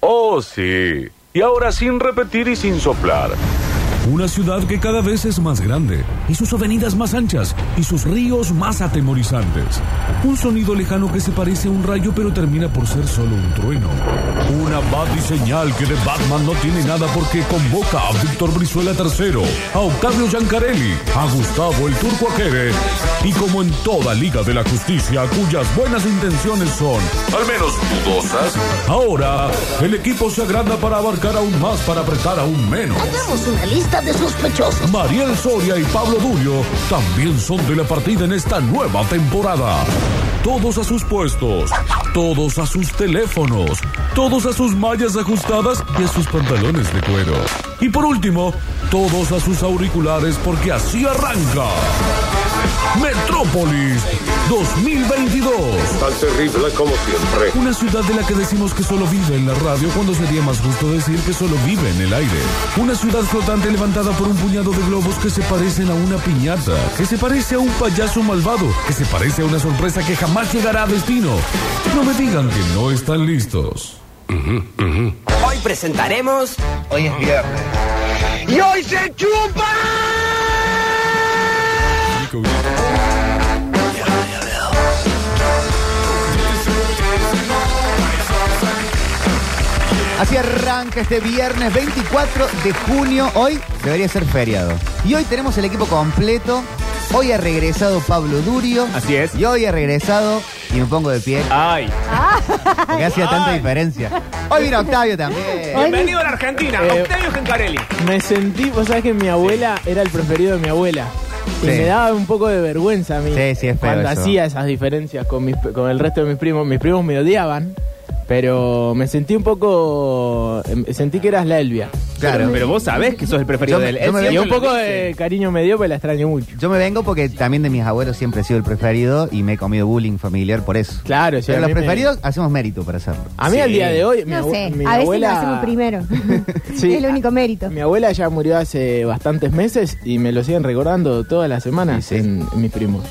Oh, sí. Y ahora sin repetir y sin soplar. Una ciudad que cada vez es más grande, y sus avenidas más anchas, y sus ríos más atemorizantes. Un sonido lejano que se parece a un rayo pero termina por ser solo un trueno. Una batiseñal que de Batman no tiene nada porque convoca a Víctor Brizuela III, a Octavio Giancarelli, a Gustavo el Turco Aquere, y como en toda Liga de la Justicia cuyas buenas intenciones son, Al menos dudosas. ahora el equipo se agranda para abarcar aún más, para apretar aún menos. Hagamos una lista de sospechosos. Mariel Soria y Pablo Durio también son de la partida en esta nueva temporada. Todos a sus puestos, todos a sus teléfonos, todos a sus mallas ajustadas y a sus pantalones de cuero. Y por último, todos a sus auriculares porque así arranca. Metrópolis 2022. Tan terrible como siempre. Una ciudad de la que decimos que solo vive en la radio cuando sería más justo decir que solo vive en el aire. Una ciudad flotante levantada por un puñado de globos que se parecen a una piñata, que se parece a un payaso malvado, que se parece a una sorpresa que jamás llegará a destino. No me digan que no están listos. Hoy presentaremos. Hoy es viernes. ¡Y hoy se chupa! Así arranca este viernes 24 de junio. Hoy debería ser feriado. Y hoy tenemos el equipo completo. Hoy ha regresado Pablo Durio. Así es. Y hoy ha regresado, y me pongo de pie, Ay. porque hacía tanta Ay. diferencia. Hoy vino Octavio también. Bienvenido a la Argentina, Eh, Octavio Gencarelli. Me sentí, vos sabés que mi abuela era el preferido de mi abuela. Sí. Y me daba un poco de vergüenza a mí. Sí, sí, es feo Cuando eso. hacía esas diferencias con, mis- con el resto de mis primos. Mis primos me odiaban, pero me sentí un poco. em, Sentí que eras la Elvia. Claro. Pero vos sabés que sos el preferido Yo me- del yo me él veo- Y un siempre poco lo de dice. cariño me dio, pero la extraño mucho. Yo me vengo porque también de mis abuelos siempre he sido el preferido y me he comido bullying familiar por eso. Claro, sí, Pero a los mí me- preferidos hacemos mérito para hacerlo. A mí al día de hoy. mi No abue- sé, mi a veces abuela, lo hacemos primero. Sí. Es el único mérito. Mi abuela ya murió hace bastantes meses y me lo siguen recordando todas las semanas Sí, sí. en- en mis primos.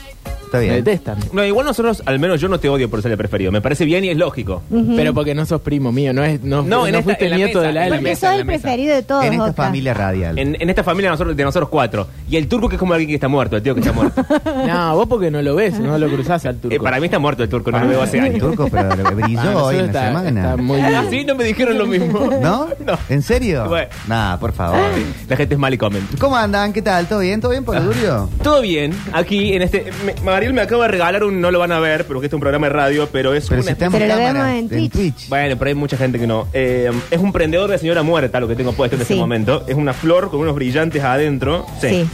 Está Me bien. detestan. No, igual nosotros, al menos yo no te odio por ser el preferido. Me parece bien y es lógico. Pero porque no sos primo mío, no es no, No, no, en esta- fuiste en la nieto mesa, de la en la Elvia. Porque mesa, soy en el la mesa. preferido de todos. En este esta Oscar. familia radial. En, en esta familia nosotros, de nosotros cuatro. Y el turco que es como alguien que está muerto, el tío que está muerto. No, vos porque no lo ves, no lo cruzás al turco. Eh, para mí está muerto el turco, no lo veo hace Ah, El años. turco, pero brilló Ah, nosotros hoy en la está- semana. está muy bien. Así no me dijeron lo mismo. ¿No? No. ¿En serio? Bueno. Nah, por favor. La gente es mal y comen. ¿Cómo andan? ¿Qué tal? ¿Todo bien? ¿Todo bien por Durio? Todo bien, aquí en este. me- Mariel me acaba de regalar un. No lo van a ver, porque este es un programa de radio, pero es Pero una si estamos Pero lo cámara, vemos en Twitch. Bueno, pero hay mucha gente que no. Eh, es un prendedor de señora muerta lo que tengo puesto en este Sí. momento. Es una flor con unos brillantes adentro. Sí. Sí.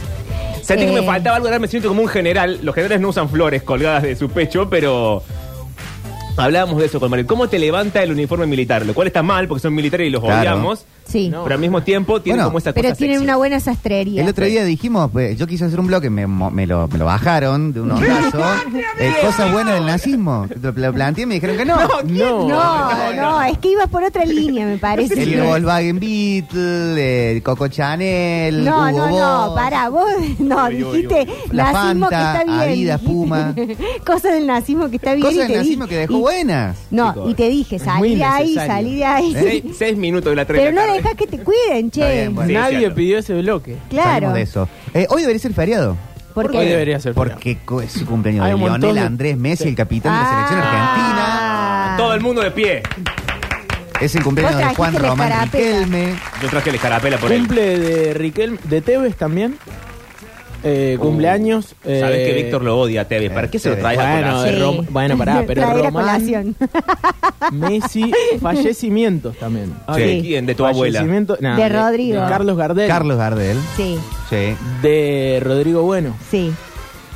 Sentí que Eh. me faltaba algo, ahora me siento como un general. Los generales no usan flores colgadas de su pecho, pero. Hablábamos de eso con Mario. ¿Cómo te levanta el uniforme militar? Lo cual está mal porque son militares y los Claro. odiamos. Sí. No. Pero al mismo tiempo tienen Bueno, como esa Pero cosa tienen sexy. una buena sastrería. El otro día dijimos, pues, yo quise hacer un blog, me, mo- me, lo, me lo bajaron de un ondazo. Eh, cosas buenas del nazismo. Lo, lo planteé y me dijeron que no. No, No, no, es que ibas por otra línea, me parece. El Volkswagen Beetle, el Coco Chanel, No, Hugo no, no, Boss. pará, vos no, dijiste La nazismo que Fanta, está bien. Adidas, dijiste. Puma. Cosas del nazismo que está bien. Cosas y del te di- nazismo que dejó y- buenas. No, Chicos, y te dije, es salí muy de ahí, innecesario. salí de ahí. Seis, seis minutos de la tres de Pero la no tarde. dejas que te cuiden, che. Está bien, bueno. Sí, Nadie cierto. pidió ese bloque. Claro. Salimos de eso. Eh, hoy debería ser feriado. Porque Hoy debería ser. Porque co- es su cumpleaños Hay de un montón Lionel de- Andrés Messi, el capitán de la selección argentina. Ah. Todo el mundo de pie. Es el cumpleaños Vos de trajiste Juan la Román carapela. Riquelme. Yo traje la escarapela por él. Cumple de Riquelme, de Tevez también. Eh, cumpleaños. eh, Sabes Uh, que Víctor lo odia, Tevez. ¿Para qué se lo traes a bueno, eh, colación? de Sí. Rom- bueno, pará, pero Traer a Román, colación. Messi, fallecimientos también. Sí. Sí. ¿Quién? De tu abuela. Fallecimiento- nah, De Rodrigo. Carlos Gardel. Carlos Gardel. Sí, Sí. De Rodrigo Bueno. sí.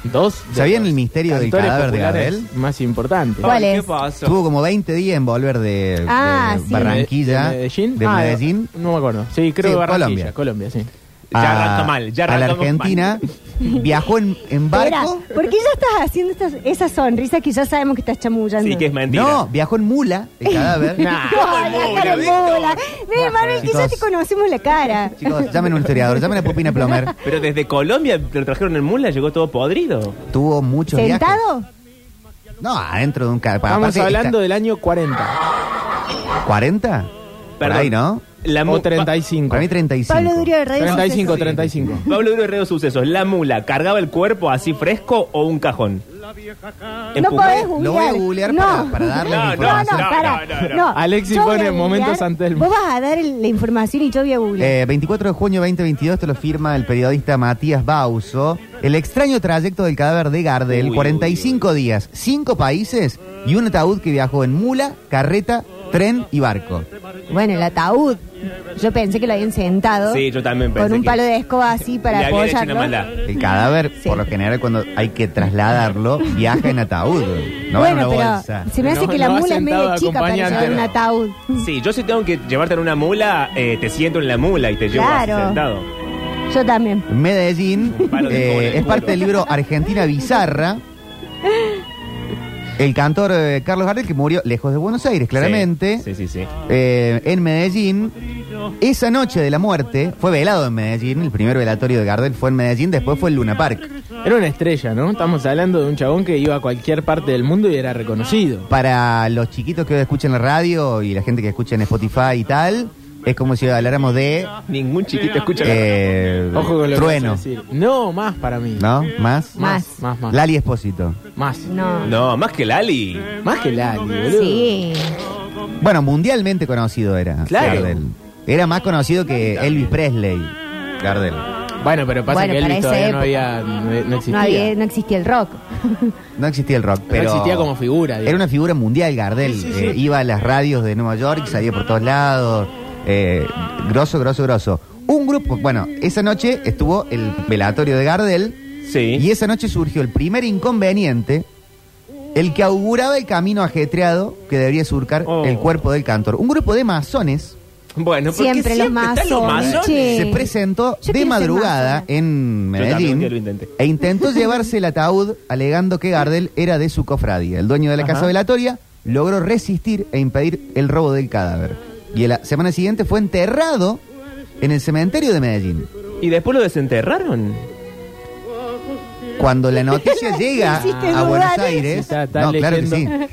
Dos. de ¿Sabían los el misterio del cantores cadáver de populares Gardel? Más importante. ¿Cuál Ay, ¿Qué es? pasó? Tuvo como 20 días en volver de, Ah, de sí. Barranquilla. ¿De Medellín? de Ah, Medellín No me acuerdo. Sí, Sí, creo que Barranquilla. Colombia. Colombia, sí. Ya a- arranca mal, ya a la arrancamos mal. Argentina. Viajó en, en Espera, barco. ¿por qué ya estás haciendo estas- esa sonrisa que ya sabemos que estás chamullando? Sí, que es mentira. No, viajó en mula el cadáver. Nah. Ay, la Mula, cara de Víctor. mula. Mira, Manuel, que ya Chicos. te conocemos la cara. Chicos, llamen a un historiador, llamen a Pupina Plomer. Pero desde Colombia lo trajeron en mula, llegó todo podrido. Tuvo muchos viajes. ¿Sentado? No, adentro de un carro. Estamos hablando del año 40. ¿40? Perdón. ahí, ¿no? La mu- O 35. Para mí 35. Pablo Durio de Radio 35, Sucesos. 35. Pa- Pablo Duro de Radio Sucesos. ¿La mula cargaba el cuerpo así fresco o un cajón? No Empujado. podés Lo voy a googlear no. para, para darle No, la no, No, información. no, para. no, no, no. Alexis Yo voy a pone momentos googlear. Antelmo. Vos vas a dar el- la información y yo voy a googlear. Eh, 24 de junio 2022 te lo firma el periodista Matías Bauso. El extraño trayecto del cadáver de Gardel, Uy, uy, 45 días, 5 países y un ataúd que viajó en mula, carreta, tren y barco. Bueno, el ataúd. Yo pensé que lo habían sentado. Sí, yo también pensé Con un que- palo de escoba así Le para habían hecho una apoyarlo. maldad. El cadáver, Sí. por lo general, cuando hay que trasladarlo, viaja en ataúd. No va en una bueno, pero bolsa. se me hace No, que la no va mula es medio sentado chica para acompañante, llevar un no. ataúd. Sí, yo si tengo que llevarte en una mula, eh, te siento en la mula y te llevo así Claro. sentado. Yo también. Medellín Un palo de eh, cobre en el es parte culo. del libro Argentina Bizarra. El cantor eh, Carlos Gardel, que murió lejos de Buenos Aires, claramente. Sí, sí, sí. sí. eh, en Medellín. Esa noche de la muerte fue velado en Medellín. El primer velatorio de Gardel fue en Medellín, después fue en Luna Park. Era una estrella, ¿no? Estamos hablando de un chabón que iba a cualquier parte del mundo y era reconocido. Para los chiquitos que hoy escuchan la radio y la gente que escucha en Spotify y tal, es como si habláramos de Ningún chiquito escucha. eh, Ojo con lo Trueno, que vas a decir. No, más para mí. ¿no? ¿Más? Más. Más, más. Lali Espósito. Más. No. No, más que Lali. Más que Lali, boludo. Sí. Bueno, mundialmente conocido era Claro. Gardel. Era más conocido que Elvis Presley, Gardel. Bueno, pero pasa Bueno, que para Elvis esa todavía no época. había. No, no No, existía. había, no existía el rock. No existía el rock, pero. existía como figura, digo. Era una figura mundial, Gardel. Eh, iba a las radios de Nueva York, salía por todos lados. eh, grosso, grosso, grosso. Un grupo. Bueno, esa noche estuvo el velatorio de Gardel. Sí. Y esa noche surgió el primer inconveniente. El que auguraba el camino ajetreado que debería surcar Oh. el cuerpo del cantor. Un grupo de masones Bueno, porque Siempre los están los masones, masones. che. se presentó Yo de quiero ser madrugada masona. en Yo también un Medellín día lo intenté. e intentó llevarse el ataúd alegando que Gardel era de su cofradía. El dueño de la casa velatoria logró resistir e impedir el robo del cadáver. Y la semana siguiente fue enterrado en el cementerio de Medellín. Y después lo desenterraron. Cuando la noticia llega Hiciste a dudar, Buenos ¿eh? Aires, Está- está no, claro que sí. leyendo.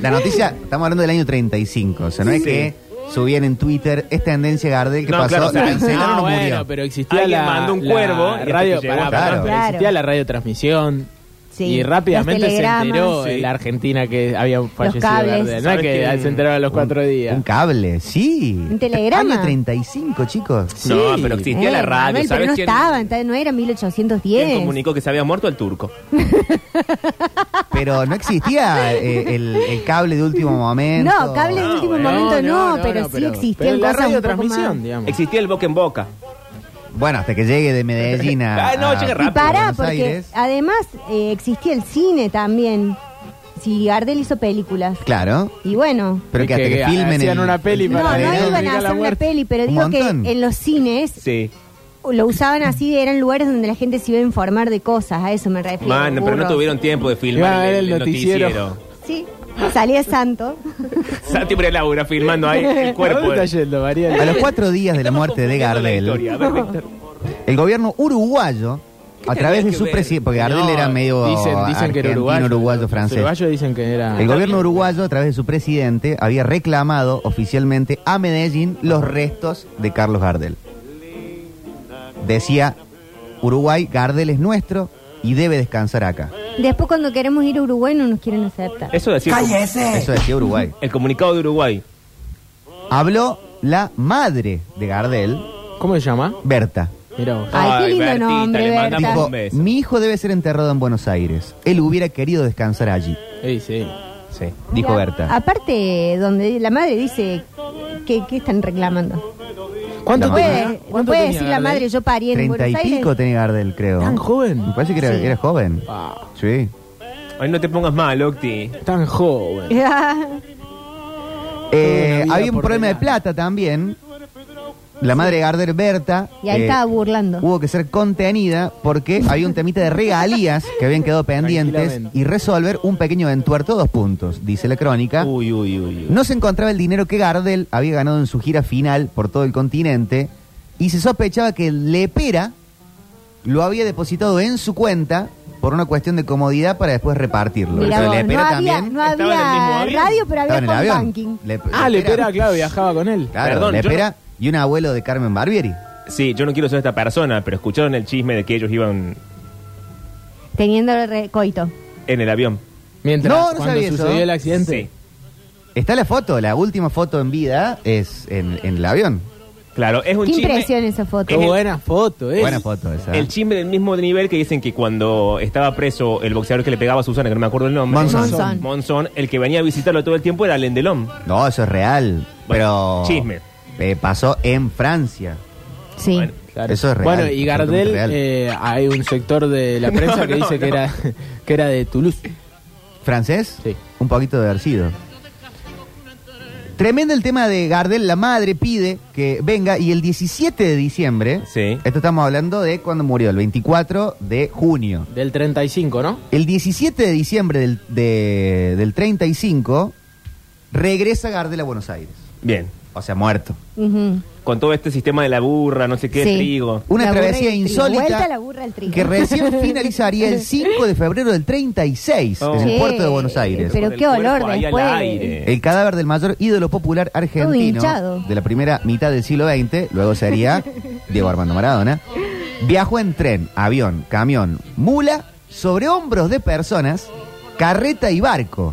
La noticia, estamos hablando del año 35, o sea, no es que subían en Twitter, es tendencia Gardel que No, pasó, claro, o sea, la cancelaron Ah, o murió. bueno, pero existía Alguien la. mandó un la cuervo y hasta radio, que llegó. pará, pará, Claro. pero Existía la radiotransmisión. Sí. Y rápidamente Los se telegramas. enteró Sí. en la Argentina que había fallecido cables. Gardel. No es ¿Sabes que quién? se enteró a los cuatro días. Un cable, sí. Un telegrama. Año 35, chicos. Sí. No, pero existía Eh, la radio. Manuel, ¿Sabes pero no quién, estaban, tal- no era quién 1810. comunicó que se había muerto el turco? Pero no existía eh, el, el cable de último momento. No, cable de No, eh, último bueno. momento no, pero sí pero existían cosas la un poco radiotransmisión, más. digamos. Existía el boca en boca. Bueno, hasta que llegue de Medellín a. Ah, no, a- llega Y rápido. pará, Buenos porque Aires. además eh, existía el cine también. Si Gardel hizo películas. Claro. Y bueno. Pero que Es hasta que, que filmen. hacían una peli No, para no ver verano. el iban Diga a la hacer una muerte. peli, pero Un digo que montón. en los cines Sí. lo usaban así, eran lugares donde la gente se iba a informar de cosas, a eso me refiero. Mano, pero no burro. tuvieron tiempo de Iba a filmar el, ver el el noticiero. noticiero. Sí, salía santo. Santi Laura filmando ahí el ¿A cuerpo. dónde está yendo, A Mariana? los cuatro días de la muerte de Gardel, el gobierno uruguayo, a tenía través de que su ver? presidente, porque Gardel No, era medio Dicen, dicen que era argentino, uruguayo. uruguayo, francés. Los uruguayos dicen que era. El gobierno uruguayo, a través de su presidente, había reclamado oficialmente a Medellín los restos de Carlos Gardel. Decía, Uruguay, Gardel es nuestro y debe descansar acá. Después cuando queremos ir a Uruguay no nos quieren aceptar. Eso decía Eso decía Uruguay. el comunicado de Uruguay. Habló la madre de Gardel, ¿Cómo se llama? Berta. Mira vos. Ay, qué lindo Bertita, nombre, le Berta. mandamos Dijo, un beso. mi hijo debe ser enterrado en Buenos Aires. Él hubiera querido descansar allí, Ey, sí. Sí. dijo Mira, Berta. Aparte, donde la madre dice que, que están reclamando. ¿Cuánto No madre. tenía? puede, no ¿Cuánto puede tenía decir la Gardel? madre, yo parí en Treinta Buenos y Aires. pico tenía Gardel, creo. ¿Tan joven? Me parece que era, Sí. era joven. Ah, Sí. Ay, no te pongas mal, Octi. tan joven. Eh, Toda una vida había un por problema de delante. plata también. La madre de Gardel, Berta, y ahí eh, estaba burlando. hubo que ser contenida porque había un temita de regalías que habían quedado pendientes Tranquilamente. y resolver un pequeño entuerto, dos puntos, dice la crónica. Uy, uy, uy. uy. No se encontraba el dinero que Gardel había ganado en su gira final por todo el continente y se sospechaba que Lepera lo había depositado en su cuenta por una cuestión de comodidad para después repartirlo. Mirá Pero vos, no Lepera había, también no estaba en el mismo había avión. radio, pero estaba había en el con avión. banking. Le- Ah, le Lepera- pera, claro, viajaba con él. Pues, Claro, Perdón, yo Lepera y un abuelo de Carmen Barbieri. Sí, yo no quiero ser esta persona, pero escucharon el chisme de que ellos iban Teniendo el re- coito. en el avión. Mientras No, no cuando sabía eso. sucedió el accidente. Sí. Está la foto, la última foto en vida es en, en el avión. Claro, es un Qué chisme. impresión esa foto. Qué buena foto, eh. Buena foto esa. El chisme del mismo nivel que dicen que cuando estaba preso el boxeador que le pegaba a Susana, que no me acuerdo el nombre. Monzón. Monzón. Monzón, el que venía a visitarlo todo el tiempo era Lendelón. No, eso es real. Bueno, pero. chisme. eh, pasó en Francia. Sí. Bueno, Claro. Eso es real, Bueno, y Gardel, absolutamente real. eh, hay un sector de la No, prensa que no, dice que no. era que era de Toulouse. ¿Francés? Sí. Un poquito de haber sido. Tremendo el tema de Gardel, la madre pide que venga y el 17 de diciembre, Sí. esto estamos hablando de cuando murió, el 24 de junio. Del 35, ¿no? El 17 de diciembre del, de- del 35 regresa Gardel a Buenos Aires, Bien. o sea, muerto. Ujú. Con todo este sistema de la burra, no sé qué, Sí. trigo. Una La burra travesía y el trigo. Vuelta insólita la burra al trigo. que recién finalizaría el 5 de febrero del 36 Oh. en el Sí, puerto de Buenos Aires. Pero Con el qué cuerpo olor ahí al después. aire. El cadáver del mayor ídolo popular Todo argentino hinchado. de la primera mitad del siglo XX, luego sería Diego Armando Maradona, viajó en tren, avión, camión, mula, sobre hombros de personas, carreta y barco,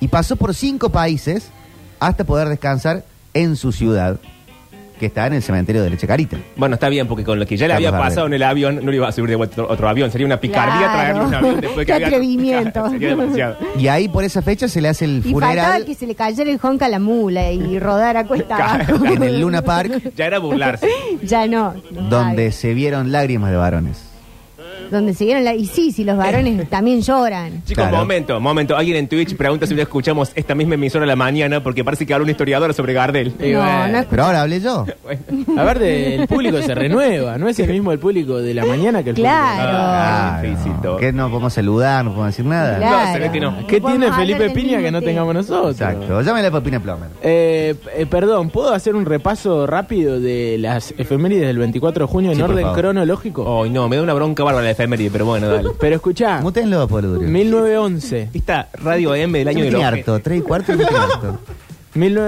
y pasó por cinco países hasta poder descansar en su ciudad, que está en el cementerio de Leche Carita. Bueno, está bien, porque con lo que ya le Vamos había a ver. pasado en el avión, no le iba a subir de vuelta otro, otro avión. Sería una picardía Claro. traerle un avión después que Qué había- atrevimiento. Sería demasiado. Y ahí por esa fecha se le hace el Y faltaba funeral que se le cayera el jonca a la mula y rodara cuesta abajo. en el Luna Park, Ya era burlarse. Ya no. no donde se vieron lágrimas de varones. sabe. Donde se dieron la... Y sí, sí, los varones también lloran. Chicos, Claro. momento, momento. Alguien en Twitch pregunta si no escuchamos esta misma emisora a la mañana, porque parece que habla un historiador sobre Gardel. Y no, bueno, no es- Pero ahora hablé yo. A ver, de- el público se renueva, no es el mismo el público de la mañana que el Claro. Ah, Ay, difícil todo. Que no podemos saludar, no podemos decir nada. Claro. No, se ve que no. público. ¿Qué Vamos a tiene hablar Felipe del Piña que mismo no tema. tengamos nosotros? Exacto. Llámela Papina Plomer. Eh, eh, perdón, ¿puedo hacer un repaso rápido de las efemérides del 24 de junio en Sí, por orden favor. cronológico? Ay, no, me da una bronca bárbara la efeméride, pero bueno, dale. Pero escuchá, Mutenlo, Pablo Durio. 1911, Esta radio M del año Yo me de tiene los... harto, tres y cuarto y me tiene harto.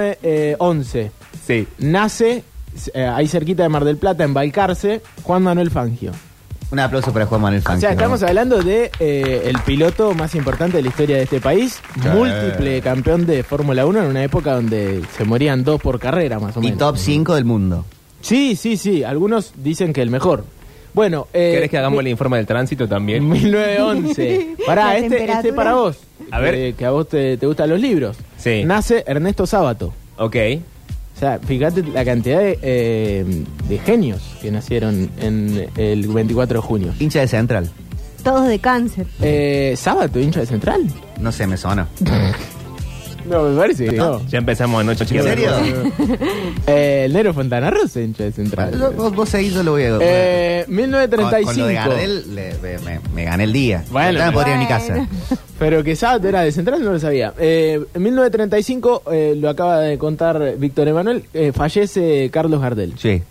1911, Sí. eh, nace eh, ahí cerquita de Mar del Plata, en Balcarce, Juan Manuel Fangio. Un aplauso para Juan Manuel O Fangio. sea, estamos hablando de eh, el piloto más importante de la historia de este país, múltiple campeón de Fórmula 1 en una época donde se morían dos por carrera más o Y menos. top 5 del mundo. Sí, sí, sí, algunos dicen que el mejor. Bueno, eh, ¿Querés que hagamos el informe del tránsito también? 1911. La Pará, este, este temperatura. para vos. A ver. Que, que a vos te, te gustan los libros. Sí. Nace Ernesto Sábato. Ok. O sea, fíjate la cantidad de, eh, de genios que nacieron en el 24 de junio. Hincha de Central. Todos de cáncer. Eh, ¿Sábato, hincha de Central? No sé, me sonó. No, me parece que no. Ya empezamos anoche, ¿En chicos. serio? Eh, el Nero Fontana Rosa, hincha de Yo- Central. vos, vos seguís, yo lo voy a. Eh, con, con lo de 1935. Gardel le- me, me- me gané el día. Bueno, Ya me pero- podría ir a mi casa. Bueno. Pero que Sábato era de Central no lo sabía. Eh, en 1935, eh, lo acaba de contar Víctor Emanuel, eh, fallece Carlos Gardel. Sí.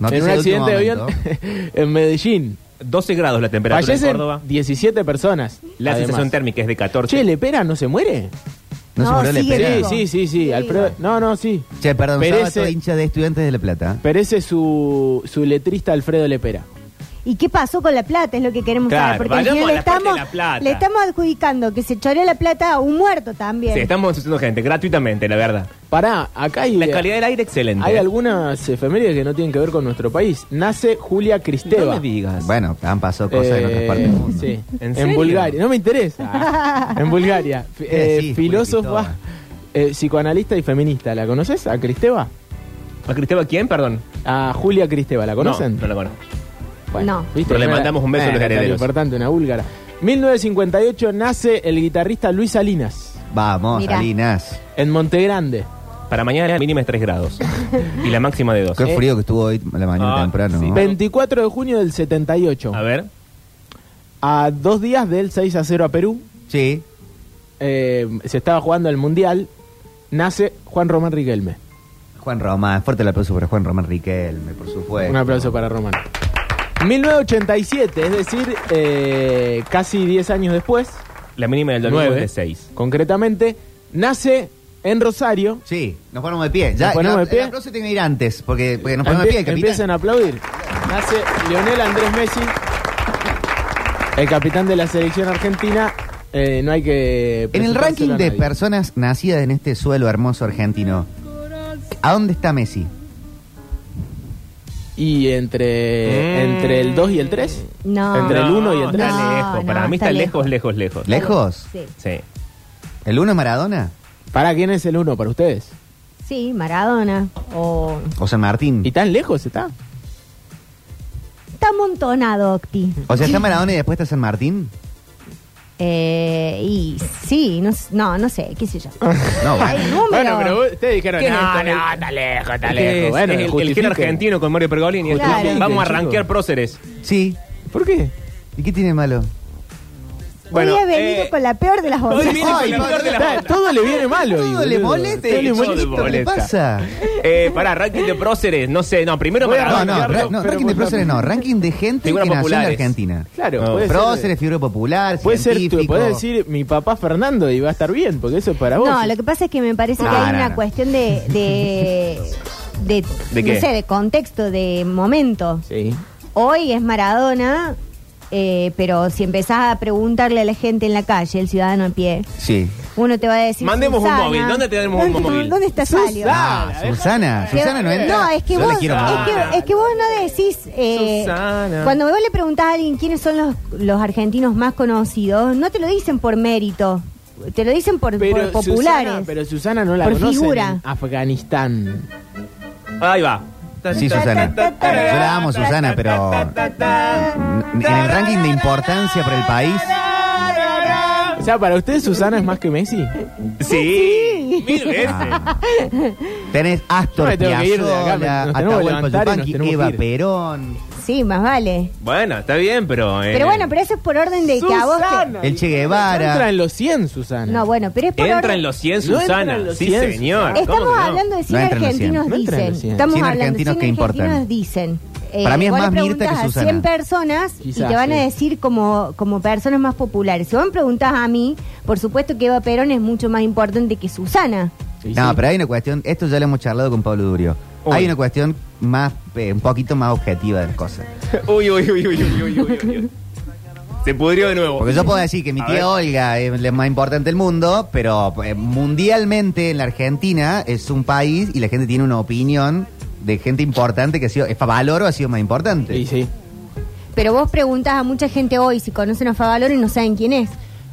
Noticia en un de último accidente de avión momento. en Medellín. 12 grados la temperatura en Fallecen Córdoba. 17 personas. La además. sensación térmica es de 14. Che, ¿Lepera no se muere? No, se No, murió la sigue espera. vivo. Sí, sí, sí, sí. Alfredo- No, no, sí. Che, perdón, Perece- sábado hincha de Estudiantes de La Plata. Perece su, su letrista Alfredo Lepera. ¿Y qué pasó con la plata? Es lo que queremos Claro, saber. Porque al vayamos final a le la parte de la estamos, plata. le estamos adjudicando que se choreó la plata a un muerto también. Sí, estamos ensuciando gente gratuitamente, la verdad. Pará, acá hay, La calidad eh. del aire, excelente. eh, hay algunas efemérides que no tienen que ver con nuestro país. Nace Julia No Cristeva. me digas. Bueno, han pasado cosas en otras Eh, partes del mundo. sí. ¿En En, serio? Bulgaria. No me interesa. en Bulgaria. F- ¿Qué eh, decís, filósofa, Juliquitoba? eh, psicoanalista y feminista. ¿La conoces? ¿A Cristeva? ¿A Cristeva quién? Perdón. A Julia Cristeva. ¿La conocen? No, no la conozco. No. Pero le era- mandamos un beso a los era tan herederos. importante, una búlgara. 1958 nace el guitarrista Luis Salinas Vamos, Mirá. Salinas. en Montegrande. Para mañana la mínima es 3 grados. y la máxima de 2. Qué frío que estuvo hoy la mañana Ah, temprano. sí. ¿no? 24 de junio del 78. A ver. A dos días del 6 a 0 a Perú, Sí. eh, se estaba jugando el Mundial, nace Juan Román Riquelme. Juan Román, fuerte el aplauso para Juan Román Riquelme, por supuesto. Un aplauso para Román. 1987, es decir, eh, casi 10 años después, La mínima del domingo Nueve. es de 6. concretamente, nace en Rosario. Sí, nos ponemos de pie. Ya, Nos ponemos el- de pie. El aplauso tiene que ir antes, porque, porque nos ponemos de Empie- pie, el capitán. Empiezan a aplaudir. Nace Lionel Andrés Messi, el capitán de la selección argentina. Eh, no hay En que. el presentárselo ranking a de nadie. personas nacidas en este suelo hermoso argentino, ¿a dónde está Messi? Y Mm. entre, entre el 2 y el 3. No. Entre el 1 y el 3. tres. Está Ah. No, lejos, para no, mí está está lejos, lejos, lejos. ¿Lejos? Sí. Sí. ¿El uno es Maradona? ¿Para quién es el 1? Para ustedes. Sí, Maradona. O... ¿O San Y Martín? tan lejos está. Está amontonado, Octi. O sea, ¿está Maradona y después está San Martín? Eh, y sí, no, s- no, no sé, qué sé yo. No, Hay bueno. número. Bueno, pero ustedes dijeron. ¿Qué es "No, esto? no, está lejos, está Es lejos. Bueno, el- el, justifiquen. gen argentino con Mario Pergolini. Claro. Entonces, Vamos a Justifiquen, rankear chicos. próceres. Sí. ¿Por qué? ¿Y qué tiene de malo? Hoy he venido eh, con la peor de las hoy bolsas. viene con la Ay, peor de las Está- botas. todo le viene malo. Todo hoy, le boludo. molesta, Todo le chico, molesta. ¿qué le pasa? Eh, pará, ranking de próceres. No sé, no, primero Voy a para No, no, ra- rankearlo, no, pero ranking de por- próceres no, ranking de gente Figuras que nació en la populares. Argentina. Claro, No. puede ser- Próceres, figura popular, Puede ser, tú, científico. puedes decir mi papá Fernando y va a estar bien, porque eso es para vos. No, lo que pasa es que me parece No, que hay no, una no. cuestión de. de, de, ¿De no qué? sé, de contexto, de momento. Sí. Hoy es Maradona, eh, pero si empezás a preguntarle a la gente en la calle, el ciudadano en pie, Sí. uno te va a decir. Mandemos un Susana. móvil, ¿dónde tenemos un ¿Dónde- móvil? ¿Dónde está Salio? Ah, Susana, Susana no entra. No, es que Yo vos, la quiero es mucho. que, es que vos no decís. eh, Susana. Cuando vos le preguntás a alguien quiénes son los, los argentinos más conocidos, no te lo dicen por mérito, te lo dicen por, por Pues, populares. Susana, pero Susana no la Por conoce figura. en Afganistán. Ahí va. Sí, Susana. Yo la amo, Susana, pero en el ranking de importancia para el país, O sea, para ustedes Susana es más que Messi. Sí, mil veces. Ah. tenés Yo Astor me tengo que ir de acá, Piazzolla, nos tenemos Atahualpa que levantar y nos Yupanqui, tenemos que Eva ir. Perón, Sí, más vale. Bueno, está bien, pero. eh, Pero bueno, pero eso es por orden de que a vos. te- el Che No entra Guevara. en los 100, Susana. No, bueno, pero es por Entra orden. en los 100, No entra Susana. en los sí, 100, señor. Estamos ¿Cómo que no? hablando de 100 No entra en los argentinos, 100. No entra en los dicen. 100. Estamos 100 hablando de argentinos 100 que importan. argentinos, dicen. Eh, Para mí es vos le más Mirta que preguntás a Susana. 100 personas Quizás, y te van a sí. decir como, como personas más populares. Si vos me preguntás a mí, por supuesto que Eva Perón es mucho más importante que Susana. Sí, No, sí. pero hay una cuestión, esto ya lo hemos charlado con Pablo Durio. Uy. Hay una cuestión más, eh, un poquito más objetiva de las cosas. Uy, uy, uy, uy, uy, uy, uy, uy. Se pudrió de nuevo. Porque yo puedo decir que mi A ver. tía Olga es la más importante del mundo, pero eh, mundialmente en la Argentina es un país y la gente tiene una opinión de gente importante que ha sido, eh, Favaloro ha sido más importante. Sí, sí. Pero vos preguntás a mucha gente hoy si conocen a Favaloro y no saben quién es.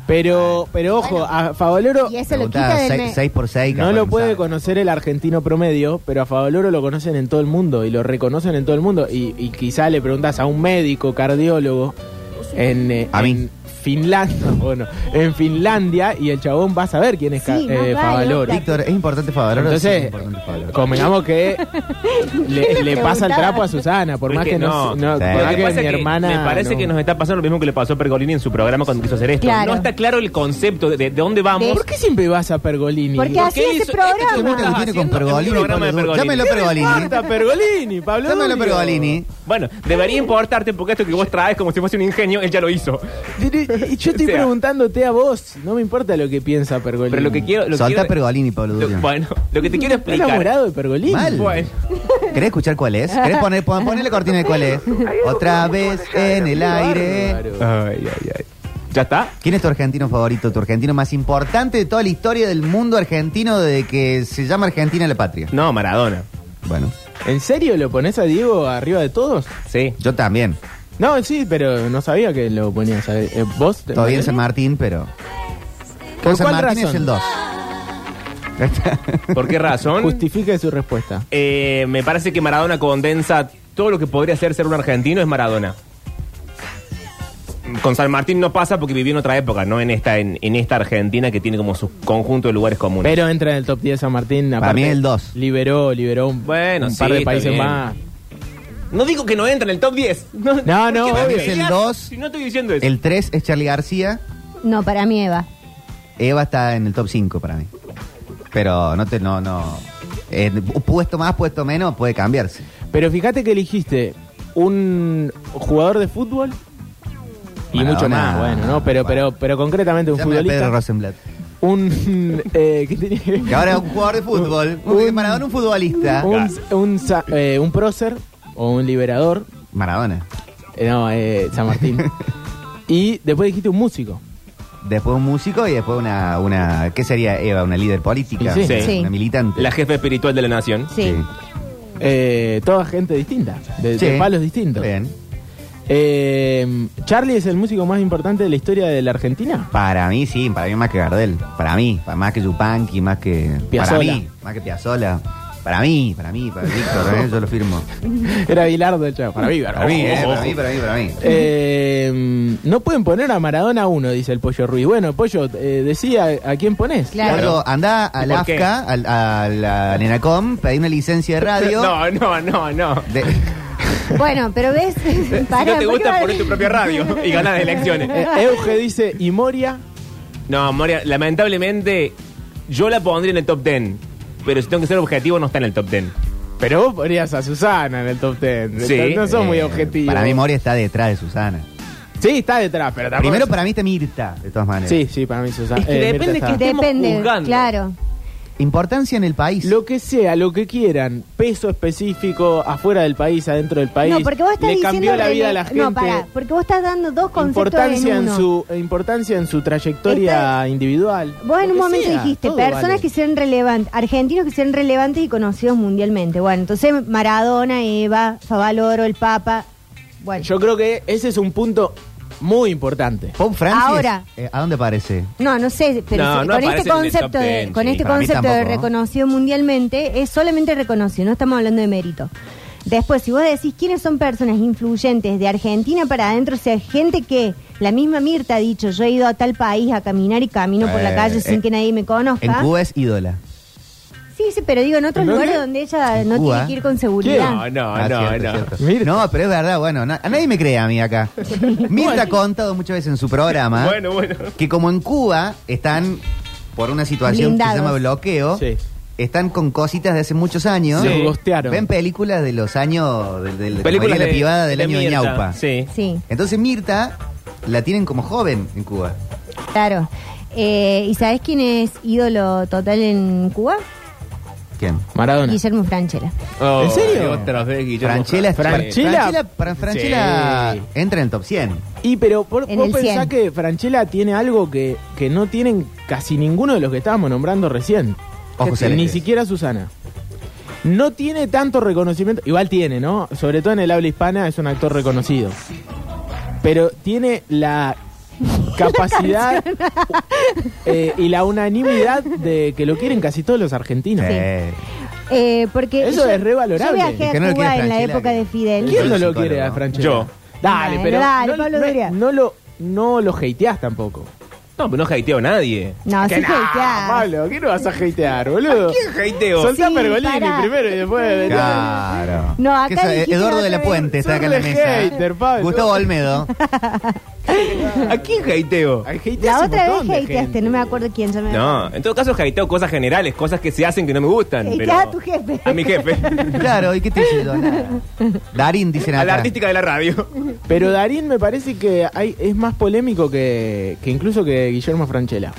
Pero, pero ojo, a Favaloro Y eso lo quita del me- 6 por 6 no lo puede conocer el argentino promedio, pero a Favaloro lo conocen en todo el mundo y lo reconocen en todo el mundo. Y, y quizá le preguntas a un médico cardiólogo en, eh, A mí. en Finlandia, bueno, en Finlandia y el chabón va a saber quién es Sí, ca- más eh, vale, Favaloro. Octa. Víctor, ¿es importante Favaloro? Sí, es Entonces, importante Favaloro. convengamos que le, le pasa el preguntaba. trapo a Susana, por Es más que que no. no, no- Sí. por Lo más Lo que que pasa mi es que hermana. me parece no- que nos está pasando lo mismo que le pasó a Pergolini en su programa cuando quiso hacer esto. Claro. No está claro el concepto de, de dónde vamos. ¿Por qué siempre vas a Pergolini? Porque ¿Por así qué es hizo- el este ¿Qué programa. gusto que tiene con haciendo Pergolini? un programa de Pablo Durio? Pergolini. Llámelo qué Pergolini. importa Pergolini, Pablo? Llámelo Durio? Pergolini. Bueno, debería importarte porque esto que vos traes como si fuese un ingenio, él ya lo hizo. Pero, y Yo estoy O sea. preguntándote a vos, no me importa lo que piensa Pergolini. Pero lo que quiero. Lo que Solta quiero- Pergolini, Pablo lo- Durio. Bueno, lo que te quiero Está explicar. enamorado de Pergolini. Mal. Bueno, ¿Querés escuchar cuál es? ¿Querés poner, pon- ponerle cortina de cuál es? Otra vez en el aire. Bárbaro. Ay, ay, ay. ¿Ya está? ¿Quién es tu argentino favorito? Tu argentino más importante de toda la historia del mundo argentino desde que se llama Argentina la patria. No, Maradona. Bueno, ¿En serio lo pones a Diego arriba de todos? Sí. yo también. No, sí, pero no sabía que lo ponías. a- eh, ¿Vos? te- Todavía en San Martín, pero. ¿Por San cuál Martín razón? es el 2. ¿Por qué razón? Justifique su respuesta. Eh, me parece que Maradona condensa todo lo que podría ser ser un argentino es Maradona. Con San Martín no pasa porque vivió en otra época, no en esta, en, en esta Argentina que tiene como su conjunto de lugares comunes. Pero entra en el top 10 San Martín. aparte, mí el dos. Liberó, liberó un, Bueno, un sí, par de está países bien. más. no digo que no entra en el top 10. No, No, no, ¿Qué vas a obvio. Es el pelear dos. si no estoy diciendo eso. El 3 es Charlie García. No, para mí, Eva. Eva está en el top 5 para mí. Pero no te. No, no. Eh, puesto más, puesto menos, puede cambiarse. Pero fíjate que eligiste un jugador de fútbol y Maradona. mucho más, bueno, ¿no? Pero, pero, pero concretamente un Llame a Pedro futbolista. Rosenblatt. Un. eh, ¿qué tenía que ver? Que ahora es un jugador de fútbol. Un, Maradona, un futbolista. un, un, sa- eh, un prócer o un liberador. Maradona. Eh, no, eh, San Martín. y después dijiste un músico. Después un músico y después una, una ¿qué sería Eva? Una líder política, Sí. Sí. una militante. La jefa espiritual de la nación. Sí. Eh, toda gente distinta, de, Sí. de palos distintos. Bien. Eh, Charlie es el músico más importante de la historia de la Argentina. Para mí sí, para mí más que Gardel. Para mí, para- más que Yupanqui, más que... Piazzolla. Para mí, más que Piazzola. Para mí, para mí, para Víctor, ¿eh? yo lo firmo. Era Bilardo el chavo. Para mí, Para mí, ¿eh? para mí, para mí, para mí. Eh, no pueden poner a Maradona uno, dice el Pollo Ruiz. Bueno, Pollo, eh, decía a quién ponés. Claro. Claro, andá al ¿Y por qué? AFCA, al, a la Nenacom, pedí una licencia de radio. No, no, no, no. De- Bueno, pero ves. si no te gusta, por poner tu propia radio y ganar las Eh, elecciones. Euge dice, y Moria, No, Moria, lamentablemente yo la pondría en el top 10. Pero si tengo que ser objetivo, no está en el top 10. pero vos ponías a Susana en el top ten. Sí. No sos muy eh, objetivo. Para mí Moria está detrás de Susana. Sí, está detrás, pero tampoco. Primero es- para mí está Mirta, de todas maneras. Sí, sí, para mí Susana. Es que Mirta depende está. que- Estamos Depende, juzgando. claro. Importancia en el país. Lo que sea, lo que quieran, peso específico, afuera del país, adentro del país. No, porque vos estás le diciendo. cambió la rele- vida a la gente. No, pará, porque vos estás dando dos conceptos importancia en en, uno. su eh, importancia en su trayectoria individual. Vos en Lo un que momento sea, dijiste todo personas vale. que sean relevantes, argentinos que sean relevantes y conocidos mundialmente. Bueno, entonces Maradona, Eva, Favaloro, el Papa. Bueno, Yo creo que ese es un punto muy importante. Pop Francis. Ahora. eh, ¿A dónde aparece? no, no sé, pero No, si- no con aparece este en el concepto, top de, ten, con sí. este Para mí concepto de tampoco, ¿no? reconocido mundialmente es solamente reconocido, no estamos hablando de mérito. Después, si vos decís quiénes son personas influyentes de Argentina para adentro, o sea, gente que la misma Mirta ha dicho, yo he ido a tal país a caminar y camino por la Eh, calle sin eh, que nadie me conozca. En Cuba es ídola. Sí, sí, pero digo, en otros ¿En dónde? lugares donde ella En no Cuba. tiene que ir con seguridad. No, no, Ah, no, cierto, no. cierto. Mirta. No, pero es verdad, bueno, na- a nadie me cree a mí acá. Mirta ha contado muchas veces en su programa Bueno, bueno. que como en Cuba están por una situación que Blindados. se llama bloqueo, Sí. están con cositas de hace muchos años. Sí. Los gostearon. Ven películas de los años de, de- de la Películas familia de- privada del de año de Mirta, Ñaupa. Sí. Sí, Entonces Mirta la tienen como joven en Cuba. claro. Eh, ¿Y sabes quién es ídolo total en Cuba? ¿Quién? Maradona. Guillermo Franchella. Oh, ¿En serio? y otra vez Guillermo Franchella, Fra- Franchella. Fra- Franchella Sí. entra en el top 100. Y pero vos, En vos el pensás 100. que Franchella tiene algo que, que no tienen casi ninguno de los que estábamos nombrando recién. Ojos Que- Ni celestes. siquiera Susana. No tiene tanto reconocimiento, igual tiene, ¿no? Sobre todo en el habla hispana es un actor reconocido. Pero tiene la capacidad eh, y la unanimidad de que lo quieren casi todos los argentinos. Sí. Eh, porque Eso es re valorable. Yo viajé ¿Y que no a lo Cuba quiere en la Franchella, época que- de Fidel. ¿Quién no lo Psicólogo. quiere a Franchella? Yo. Dale, Dale, pero dale, no, Pablo no- Duria. no lo, no lo hateás tampoco. No, pero no haiteo a nadie. No, sí Que nah, hateás. Pablo, Ah, ¿qué no vas a hatear, boludo? ¿Quién hateo? Soltá Sí, Pergolini pará. primero y después... Claro. No, acá Que es, eh, dijiste Eduardo otra de la vez. Puente está Sos acá en la re mesa. hater, Pablo. Gustavo Olmedo. ¿A quién haiteo? Ay, hateás La un otra vez montón de hateaste, gente. no me acuerdo quién. ya me- No, en todo caso haiteo cosas generales, cosas que se hacen que no me gustan. Hateás pero- a tu jefe. A mi jefe. Claro, ¿y qué te hizo? Nada. Darín, dicen acá. a la artística de la radio. Pero Darín me parece que hay, es más polémico que, que incluso que Guillermo Franchella.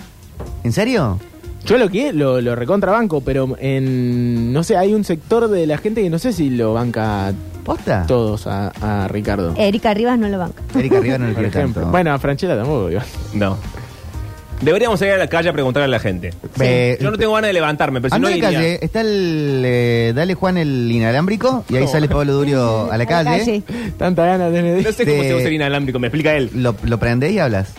¿En serio? Yo lo que lo, lo recontrabanco, pero en no sé, hay un sector de la gente que no sé si lo banca ¿Posta? todos a, a Ricardo. Erika Rivas no lo banca. Erika Rivas no le por quiere ejemplo. tanto. Bueno, a Franchella tampoco. digo. No. Deberíamos salir a la calle a preguntarle a la gente. Eh, Yo no tengo ganas de levantarme, pero si Andá no a la iría. calle, está el. eh, dale Juan el inalámbrico y ahí sale Pablo Durio a la calle. Tanta gana tenés. de- No sé cómo Este- se usa el inalámbrico, me explica él, Lo, lo prendés y hablas.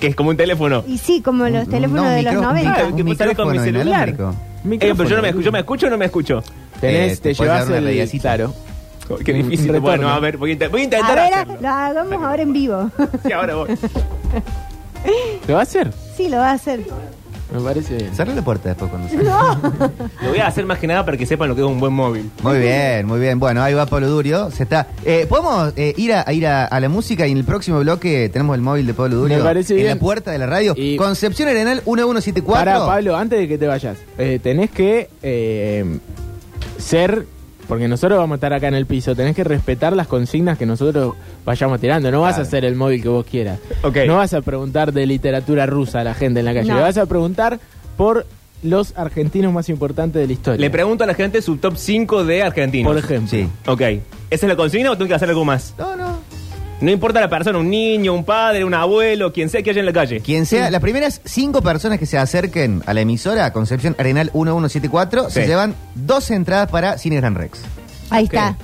que es como un teléfono. Y sí, como los teléfonos No, de los micro- 90. un que puedo salir con mi micrófono celular. inalámbrico. Eh, pero yo no me escucho, ¿yo Micrófono. me escucho o no me escucho? Oh, Tenés, Eh, te, te puedes llevas dar una el radiacita. claro. Qué Un difícil. retorno. Bueno, a ver, voy a, intent- voy a A intentar ver, hacerlo. lo hagamos ahora en vivo. Sí, ahora voy. ¿Lo va a hacer? Sí, lo va a hacer. Me parece bien. Cerrá la puerta después cuando salga. Lo voy a hacer más que nada para que sepan lo que es un buen móvil. Muy bien, muy bien. Bueno, ahí va Pablo Durio. Se está. Eh, ¿Podemos eh, ir, a, a ir a, a la música y en el próximo bloque tenemos el móvil de Pablo Durio? Me parece en bien. la puerta de la radio. Y- Concepción Arenal 1174. Para Pablo, antes de que te vayas, eh, tenés que eh, ser Porque nosotros vamos a estar acá en el piso. Tenés que respetar las consignas que nosotros vayamos tirando. No vas a hacer el móvil que vos quieras. Ok. No vas a preguntar de literatura rusa a la gente en la calle. No. Le vas a preguntar por los argentinos más importantes de la historia. Le pregunto a la gente su top 5 de argentinos. Por ejemplo. Sí. Ok. ¿Esa es la consigna o tengo que hacer algo más? No, no. No importa la persona, un niño, un padre, un abuelo, quien sea que haya en la calle. Quien sea, las primeras cinco personas que se acerquen a la emisora Concepción Arenal 1174 se Sí. llevan dos entradas para Cine Gran Rex. Ahí Ok. Eh, está.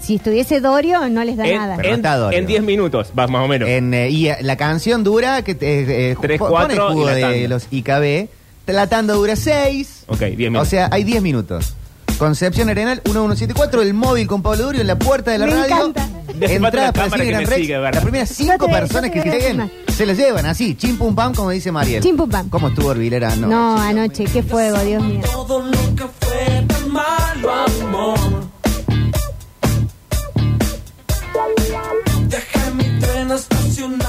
Si estuviese Dorio, no les da En- nada. Pero no En está Dorio. en 10 minutos, vas más o menos. En, eh, y eh, la canción dura que eh, eh, Tres, po- cuatro pone el jugo y la de tanda. los IKB. La tanda dura seis. Ok, 10 minutos. O sea, hay 10 minutos. Concepción Arenal 1174, el móvil con Pablo Durio en la puerta de la Me radio. encanta. Hace falta Entrada para una cámara Cine que Gran me Rex. siga, Berta. Las primeras Yo te- 5 yo personas te que voy a lleguen decir se las llevan así, chim pum pam, como dice Mariel. Chin, pum, pam. ¿Cómo estuvo Orvilera? No. No, anoche, qué fuego, Dios mío. Todo lo que fue tan malo, amor. Dejé mi tren estacionado.